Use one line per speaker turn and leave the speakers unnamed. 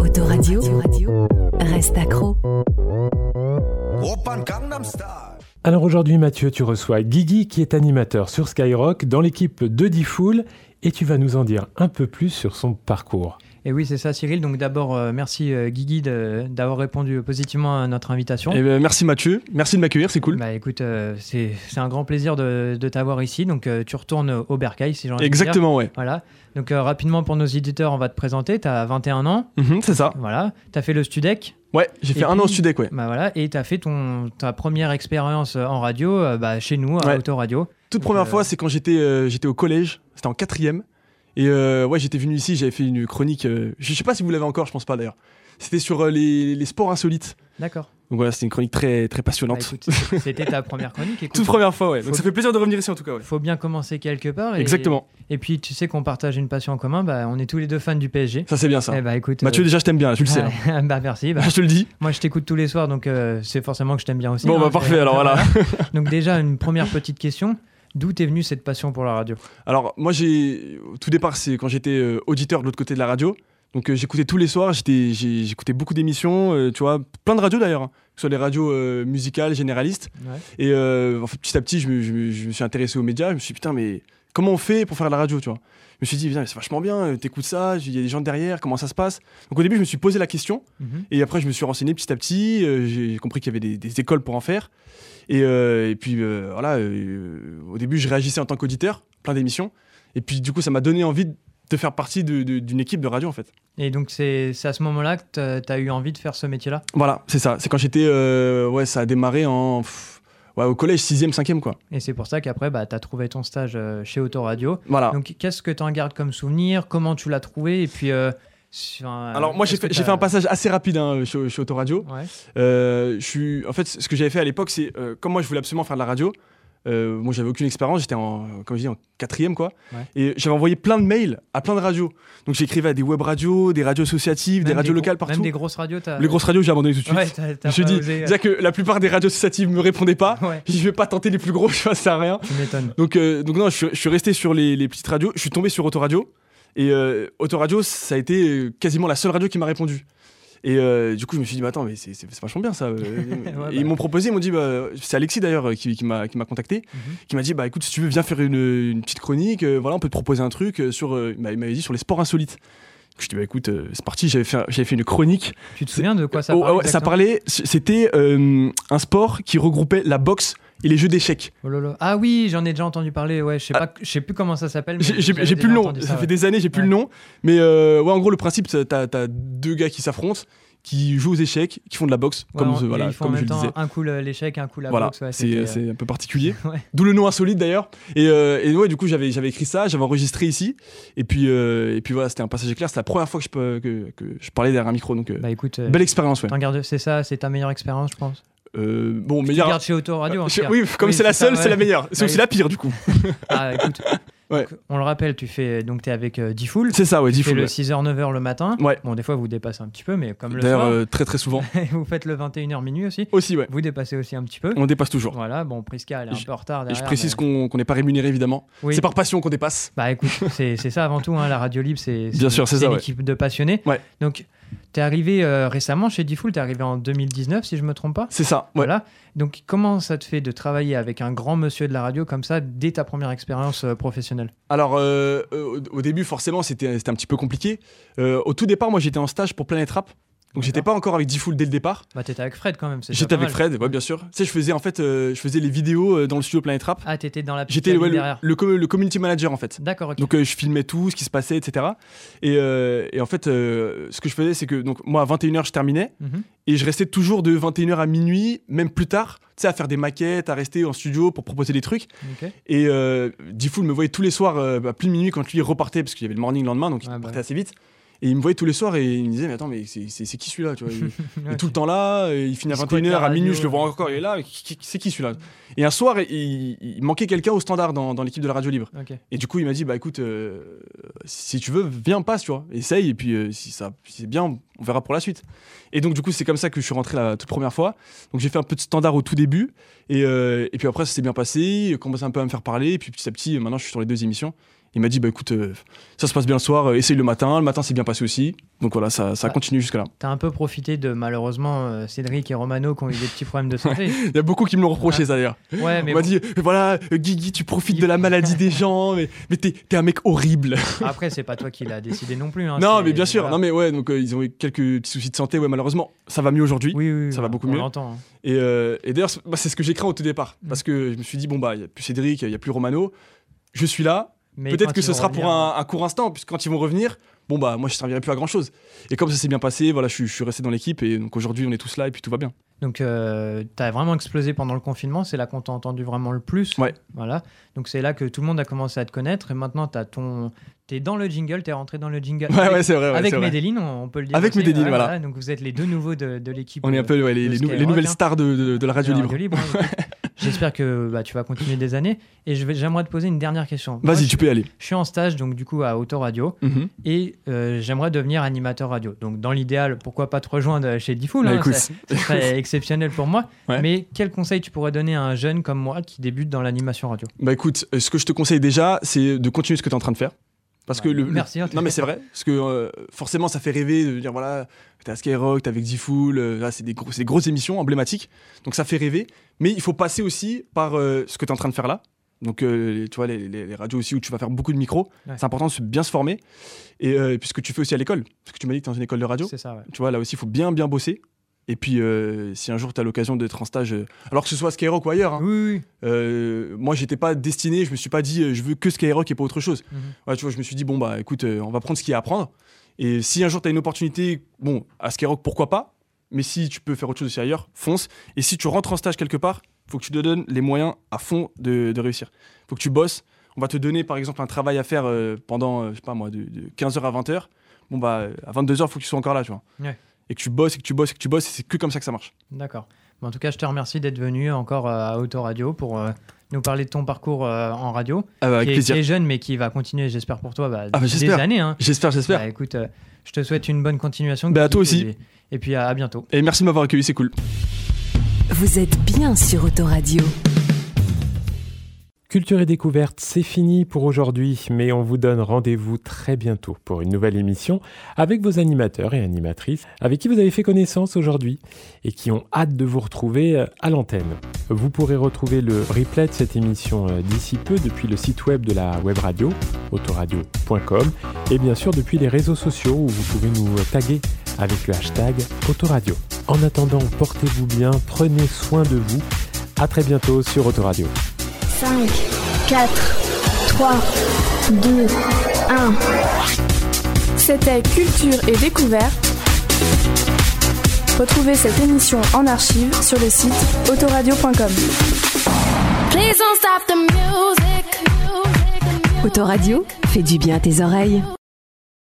Autoradio, reste accro.
Alors aujourd'hui, Mathieu, tu reçois Guigui qui est animateur sur Skyrock dans l'équipe de Difool et tu vas nous en dire un peu plus sur son parcours.
Et oui, c'est ça, Cyril. Donc d'abord, euh, merci euh, Guigui de- d'avoir répondu positivement à notre invitation.
Eh ben, merci Mathieu, merci de m'accueillir, c'est cool.
Bah écoute, euh, c'est c'est un grand plaisir de, de t'avoir ici. Donc euh, tu retournes au Bercail, si j'en
Exactement, ouais.
Voilà. Donc euh, rapidement pour nos éditeurs, on va te présenter. Tu as 21 ans.
Mhm, c'est ça.
Voilà. Tu as fait le Studec.
Ouais, j'ai
Et
fait un an
puis-
au Sudec, ouais.
Bah voilà. Et tu as fait ton, ta première expérience euh, en radio euh, bah, chez nous, à
Ouais.
Autoradio.
Toute première
euh,
fois, c'est quand j'étais euh, j'étais au collège, c'était en quatrième. Et euh, ouais, j'étais venu ici, j'avais fait une chronique, euh, je sais pas si vous l'avez encore, je pense pas d'ailleurs. C'était sur euh, les, les sports insolites.
D'accord.
Donc voilà, c'était une chronique très, très
Bah,
passionnante.
écoute, c'est- c'était ta première chronique. Écoute,
Toute première fois, ouais.
Faut-
Donc ça fait plaisir de revenir ici en tout cas, ouais.
Faut bien commencer quelque part. Et,
Exactement,
Et puis tu sais qu'on partage une passion en commun. Bah, on est tous les deux fans du PSG.
ça c'est bien ça.
Eh bah écoute.
Mathieu,
euh,
déjà, je t'aime bien, tu le sais. hein.
ah, bah merci. Bah,
je te le dis.
moi je t'écoute tous les soirs, donc euh, c'est forcément que je t'aime bien aussi.
Bon,
hein,
bah
c'est-
parfait, alors voilà.
Donc déjà une première petite question. D'où t'es venue cette passion pour la radio
Alors, moi, j'ai. Au tout départ, c'est quand j'étais euh, auditeur de l'autre côté de la radio. Donc, euh, j'écoutais tous les soirs, j'étais- j'ai- j'écoutais beaucoup d'émissions, euh, tu vois, plein de radios d'ailleurs, hein, que ce soit les radios euh, musicales, généralistes. Et euh, en fait, petit à petit, je me, je me- je me suis intéressé aux médias. Je me suis dit, putain, mais comment on fait pour faire de la radio, tu vois Je me suis dit, putain, mais c'est vachement bien, euh, t'écoutes ça, il y a des gens derrière, comment ça se passe Donc, au début, je me suis posé la question.
Mhm.
Et après, je me suis renseigné petit à petit. euh, j'ai compris qu'il y avait des, des écoles pour en faire. Et, euh, et puis, euh, voilà, euh, au début, je réagissais en tant qu'auditeur, plein d'émissions. Et puis, du coup, ça m'a donné envie de faire partie de- de- d'une équipe de radio, en fait.
Et donc c'est c'est à ce moment-là que t'as- t'as eu envie de faire ce métier-là
Voilà, c'est ça. C'est quand j'étais. euh, ouais, ça a démarré en. pff, ouais, au collège, 6e, 5e, quoi.
Et c'est pour ça qu'après bah, t'as trouvé ton stage euh, chez Autoradio.
Voilà.
Donc qu'est-ce que t'en gardes comme souvenir Comment tu l'as trouvé Et puis... euh, sur un-
Alors, moi, j'ai
euh, est-ce que
fait, j'ai
t'as-
fait un passage assez rapide hein, chez, chez Autoradio.
Ouais.
Euh, je suis, en fait, ce que j'avais fait à l'époque, c'est euh, comme moi, je voulais absolument faire de la radio. Euh, moi, j'avais aucune expérience. J'étais en, comme je dis, en quatrième, quoi.
Ouais.
Et j'avais envoyé plein de mails à plein de radios. Donc, j'écrivais à des web radios, des radios associatives, des
Même
radios
gros-
locales
Même
partout.
des grosses radios, t'as...
Les grosses radios, j'ai abandonné tout de suite.
Ouais, t'as-
je
t'as
me suis
pas
dit,
osé, euh,
c'est-à-dire que la plupart des radios associatives me répondaient pas.
Ouais,
Je vais pas tenter les plus gros, je ça à rien.
tu m'étonnes.
Donc, euh, donc non, je, suis- je suis resté sur les, les petites radios. Je suis tombé sur Autoradio. Et euh, Autoradio, ça a été euh, quasiment la seule radio qui m'a répondu. Et euh, du coup, je me suis dit, bah, attends, mais c'est c'est- c'est vachement bien ça. euh. et
bah.
ils m'ont proposé, ils m'ont dit, bah, c'est Alexis d'ailleurs euh, qui, qui m'a qui m'a contacté,
Mhm.
qui m'a dit, bah écoute, si tu veux, viens faire une, une petite chronique, euh, voilà, on peut te proposer un truc euh, sur, euh, bah, il m'avait dit sur les sports insolites. Je dis, bah écoute, euh, c'est parti, j'avais fait, un- j'avais fait une chronique.
Tu te souviens de quoi ça
Oh,
parlait
ah ouais, ça parlait, c'était euh, un sport qui regroupait la boxe et les jeux d'échecs.
Oh là là. Ah oui, j'en ai déjà entendu parler. Ouais, je sais
Ah.
pas, je sais plus comment ça s'appelle. mais
J'ai- J'ai
j'avais
j'ai
déjà
plus le nom,
entendu
ça,
ça,
fait
ouais.
des années, j'ai plus
Ouais.
le nom. Mais euh, ouais, en gros, le principe, c'est- t'as as deux gars qui s'affrontent, qui jouent aux échecs, qui font de la boxe,
Ouais,
comme,
on-
ce-
et
voilà,
ils font en
comme je
même
le
temps
disais.
un coup le- l'échec, un coup la
Voilà,
boxe. ouais,
c'est
c'était,
c'est un peu particulier.
euh, ouais.
D'où le nom insolite d'ailleurs. Et, euh, et ouais, du coup, j'avais j'avais écrit ça, j'avais enregistré ici. Et puis, euh, et puis voilà, c'était un passage éclair. C'était la première fois que je, peux- que, que je parlais derrière un micro. Donc, euh,
Bah écoute, euh,
belle expérience, ouais.
t'en gardes- c'est ça, c'est ta meilleure expérience, je pense.
Euh, bon,
Tu
meilleure.
gardes chez Autoradio. en tout
Je-
cas.
oui, comme
hein, Oui,
c'est la
c'est ça,
seule,
ouais.
c'est la meilleure. C'est
Bah,
aussi
oui.
la pire, du coup.
Ah écoute,
Ouais.
donc, on le rappelle, tu fais donc t'es avec euh, Difool.
C'est ça, ouais,
Tu fais
Diffoul,
le
ouais.
6h 9h le matin.
Ouais.
Bon, des fois vous dépassez un petit peu, mais comme le
D'ailleurs,
soir,
euh, très très souvent.
vous faites le 21h minuit aussi.
Aussi, ouais.
Vous dépassez aussi un petit peu.
On dépasse toujours.
Voilà, bon, Prisca, elle est un
Je-
peu en retard.
Et
Derrière,
je précise
mais-
qu'on qu'on n'est pas rémunéré évidemment.
Oui.
C'est par passion qu'on dépasse.
Bah écoute, c'est c'est ça avant tout, hein, la radio libre, c'est
Bien sûr, c'est ça,
une
ouais.
équipe de passionnés.
Ouais.
Donc, t'es arrivé euh, récemment chez Difool, t'es arrivé en 2019, si je me trompe pas.
C'est ça. Ouais.
Voilà. Donc, comment ça te fait de travailler avec un grand monsieur de la radio comme ça dès ta première expérience euh, professionnelle
Alors euh, euh, au au début forcément c'était c'était un petit peu compliqué. Euh, au tout départ moi j'étais en stage pour Planet Rap. Donc j'étais pas encore avec Diffoul dès le départ.
Bah, t'étais avec Fred quand même, c'est
J'étais
déjà pas
avec
mal.
Fred, ouais bien sûr. Tu sais je faisais en fait euh, je faisais les vidéos euh, dans le studio Planet Rap.
Ah, t'étais dans la petite
J'étais
cabine
ouais, le,
derrière.
le com- le community manager en fait.
D'accord, ok.
Donc euh, je filmais tout, ce qui se passait, etc. Et, euh, et en fait, euh, ce que je faisais, c'est que donc moi à 21h je terminais
Mhm.
et je restais toujours de 21h à minuit, même plus tard, tu sais, à faire des maquettes, à rester en studio pour proposer des trucs.
Ok. Ouais,
Et euh, Diffoul me voyait tous les soirs, euh, bah, plus de minuit, quand lui il repartait, parce qu'il y avait le morning le lendemain, donc il
Ouais, bah
partait
ouais.
assez vite. Et il me voyait tous les soirs et il me disait, mais attends, mais c'est c'est- c'est qui celui-là tu vois, Il il est tout
ok.
le temps là, euh, il finit à
Il squatte
21h,
la
à minuit,
radio,
je le vois
ouais.
encore, il est là, mais qui- qui- c'est qui celui-là Et un soir, il, il manquait quelqu'un au standard dans, dans l'équipe de la radio libre.
Ok.
Et du coup, il m'a dit, bah écoute, euh, si tu veux, viens, passe, tu vois, essaye, et puis euh, si ça si c'est bien, on verra pour la suite. Et donc, du coup, c'est comme ça que je suis rentré la toute première fois. Donc, j'ai fait un peu de standard au tout début, et, euh, et puis après, ça s'est bien passé, il a commencé un peu à me faire parler, et puis petit à petit, euh, maintenant, je suis sur les deux émissions. Il m'a dit, bah écoute, euh, ça se passe bien le soir, euh, essaye le matin, le matin, c'est bien passé aussi. Donc voilà, ça, ça
Ah.
continue jusque-là.
T'as un peu profité de, malheureusement, euh, Cédric et Romano qui ont eu des petits problèmes de santé.
Il y a beaucoup qui me l'ont reproché, ça d'ailleurs.
Ouais, mais
On m'a
bon,
dit, euh, voilà, euh, Guigui, tu profites de la maladie des gens, mais, mais t'es t'es un mec horrible.
après, c'est pas toi qui l'as décidé non plus. hein,
non,
c'est-
mais bien sûr.
voilà.
Non, mais ouais, donc euh, ils ont eu quelques petits soucis de santé. Ouais, malheureusement, ça va mieux aujourd'hui.
Oui, oui, oui,
Ça va beaucoup
on
mieux.
l'entend, hein.
Et, euh, et d'ailleurs, c'est bah, c'est ce que j'ai craint au tout départ.
Mm.
Parce que je me suis dit, bon, bah, il n'y a plus Cédric, il n'y a plus Romano. Je suis là.
Mais
Peut-être
quand
que
ils
ce
vont
sera pour
revenir,
un, un court instant, puisque quand ils vont revenir, bon, bah, moi, je ne servirai plus à grand chose. Et comme ça s'est bien passé, voilà, je, suis- je suis resté dans l'équipe. Et donc aujourd'hui, on est tous là et puis tout va bien.
Donc, euh, t'as vraiment explosé pendant le confinement. C'est là qu'on t'a entendu vraiment le plus.
Ouais.
Voilà. Donc, c'est là que tout le monde a commencé à te connaître. Et maintenant, t'as ton. T'es dans le jingle. T'es rentré dans le jingle.
Ouais,
avec
ouais, c'est vrai. ouais,
avec
c'est vrai.
Medellin, on on peut le dire.
Avec
aussi,
Medellin,
ouais,
voilà.
Donc, vous êtes les deux nouveaux de, de l'équipe.
On est un
euh,
peu ouais, les,
de
les nou- les
Skyrock,
nouvelles
hein.
stars de, de- de la
de
radio
la
libre.
ouais, écoute. J'espère que bah, tu vas continuer des années. Et je vais- j'aimerais te poser une dernière question. Moi,
Vas-y,
je,
tu peux y aller.
je suis en stage, donc du coup, à Autoradio.
Mhm.
Et euh, j'aimerais devenir animateur radio. Donc, dans l'idéal, pourquoi pas te rejoindre chez Diffoul
Bah,
hein,
écoute,
ça- ce serait exceptionnel pour moi.
Ouais.
Mais quel conseil tu pourrais donner à un jeune comme moi qui débute dans l'animation radio
Bah écoute, euh, ce que je te conseille déjà, c'est de continuer ce que tu es en train de faire. Parce que
Ouais,
le, le-
Bah, merci, en tout
Non, mais
cas.
c'est vrai. Parce que euh, forcément, ça fait rêver de dire voilà, t'es à Skyrock, t'es avec Zifool, là, c'est des, gros- c'est des grosses émissions emblématiques. Donc ça fait rêver. Mais il faut passer aussi par euh, ce que t'es en train de faire là. Donc, euh, les- tu vois, les, les- les radios aussi où tu vas faire beaucoup de micros.
Ouais.
C'est important de se- bien se former. Et euh, puis ce que tu fais aussi à l'école. Parce que tu m'as dit que t'es dans une école de radio.
C'est ça, ouais.
Tu vois, là aussi, il faut bien, bien bosser. Et puis, euh, si un jour tu as l'occasion d'être en stage, euh, alors que ce soit à Skyrock ou ailleurs, hein,
Oui, oui.
euh, moi, j'étais pas destiné, je me suis pas dit, euh, je veux que Skyrock et pas autre chose.
Mhm.
Ouais, tu vois, je me suis dit, bon, bah écoute, euh, on va prendre ce qu'il y a à prendre. Et si un jour tu as une opportunité, bon, à Skyrock, pourquoi pas Mais si tu peux faire autre chose aussi ailleurs, fonce. Et si tu rentres en stage quelque part, faut que tu te donnes les moyens à fond de, de réussir. faut que tu bosses. On va te donner, par exemple, un travail à faire euh, pendant, euh, je sais pas moi, de, 15h à 20h. Bon, bah, euh, à 22h, faut que tu sois encore là, tu vois.
Ouais.
Et que tu bosses, et que tu bosses, et que tu bosses, et c'est que comme ça que ça marche.
D'accord. Mais en tout cas, je te remercie d'être venu encore euh, à Autoradio pour euh, nous parler de ton parcours euh, en radio.
Ah bah, avec
qui, est,
plaisir.
qui est jeune, mais qui va continuer, j'espère pour toi, bah,
Ah bah,
des
j'espère.
années. hein.
J'espère, j'espère.
Bah, écoute, euh, je te souhaite une bonne continuation.
Bah, à
Guigui,
toi aussi.
Et, et puis à- à bientôt.
Et merci de m'avoir accueilli, c'est cool.
Vous êtes bien sur Autoradio.
Culture et découverte, c'est fini pour aujourd'hui, mais on vous donne rendez-vous très bientôt pour une nouvelle émission avec vos animateurs et animatrices avec qui vous avez fait connaissance aujourd'hui et qui ont hâte de vous retrouver euh, à l'antenne. Vous pourrez retrouver le replay de cette émission euh, d'ici peu depuis le site web de la web radio, autoradio.com, et bien sûr depuis les réseaux sociaux où vous pouvez nous euh, taguer avec le hashtag autoradio. En attendant, portez-vous bien, prenez soin de vous. À très bientôt sur Autoradio.
5, 4, 3, 2, 1. C'était Culture et Découverte. Retrouvez cette émission en archive sur le site autoradio.com.
Please don't stop the music. music, music.
Autoradio, fais du bien à tes oreilles.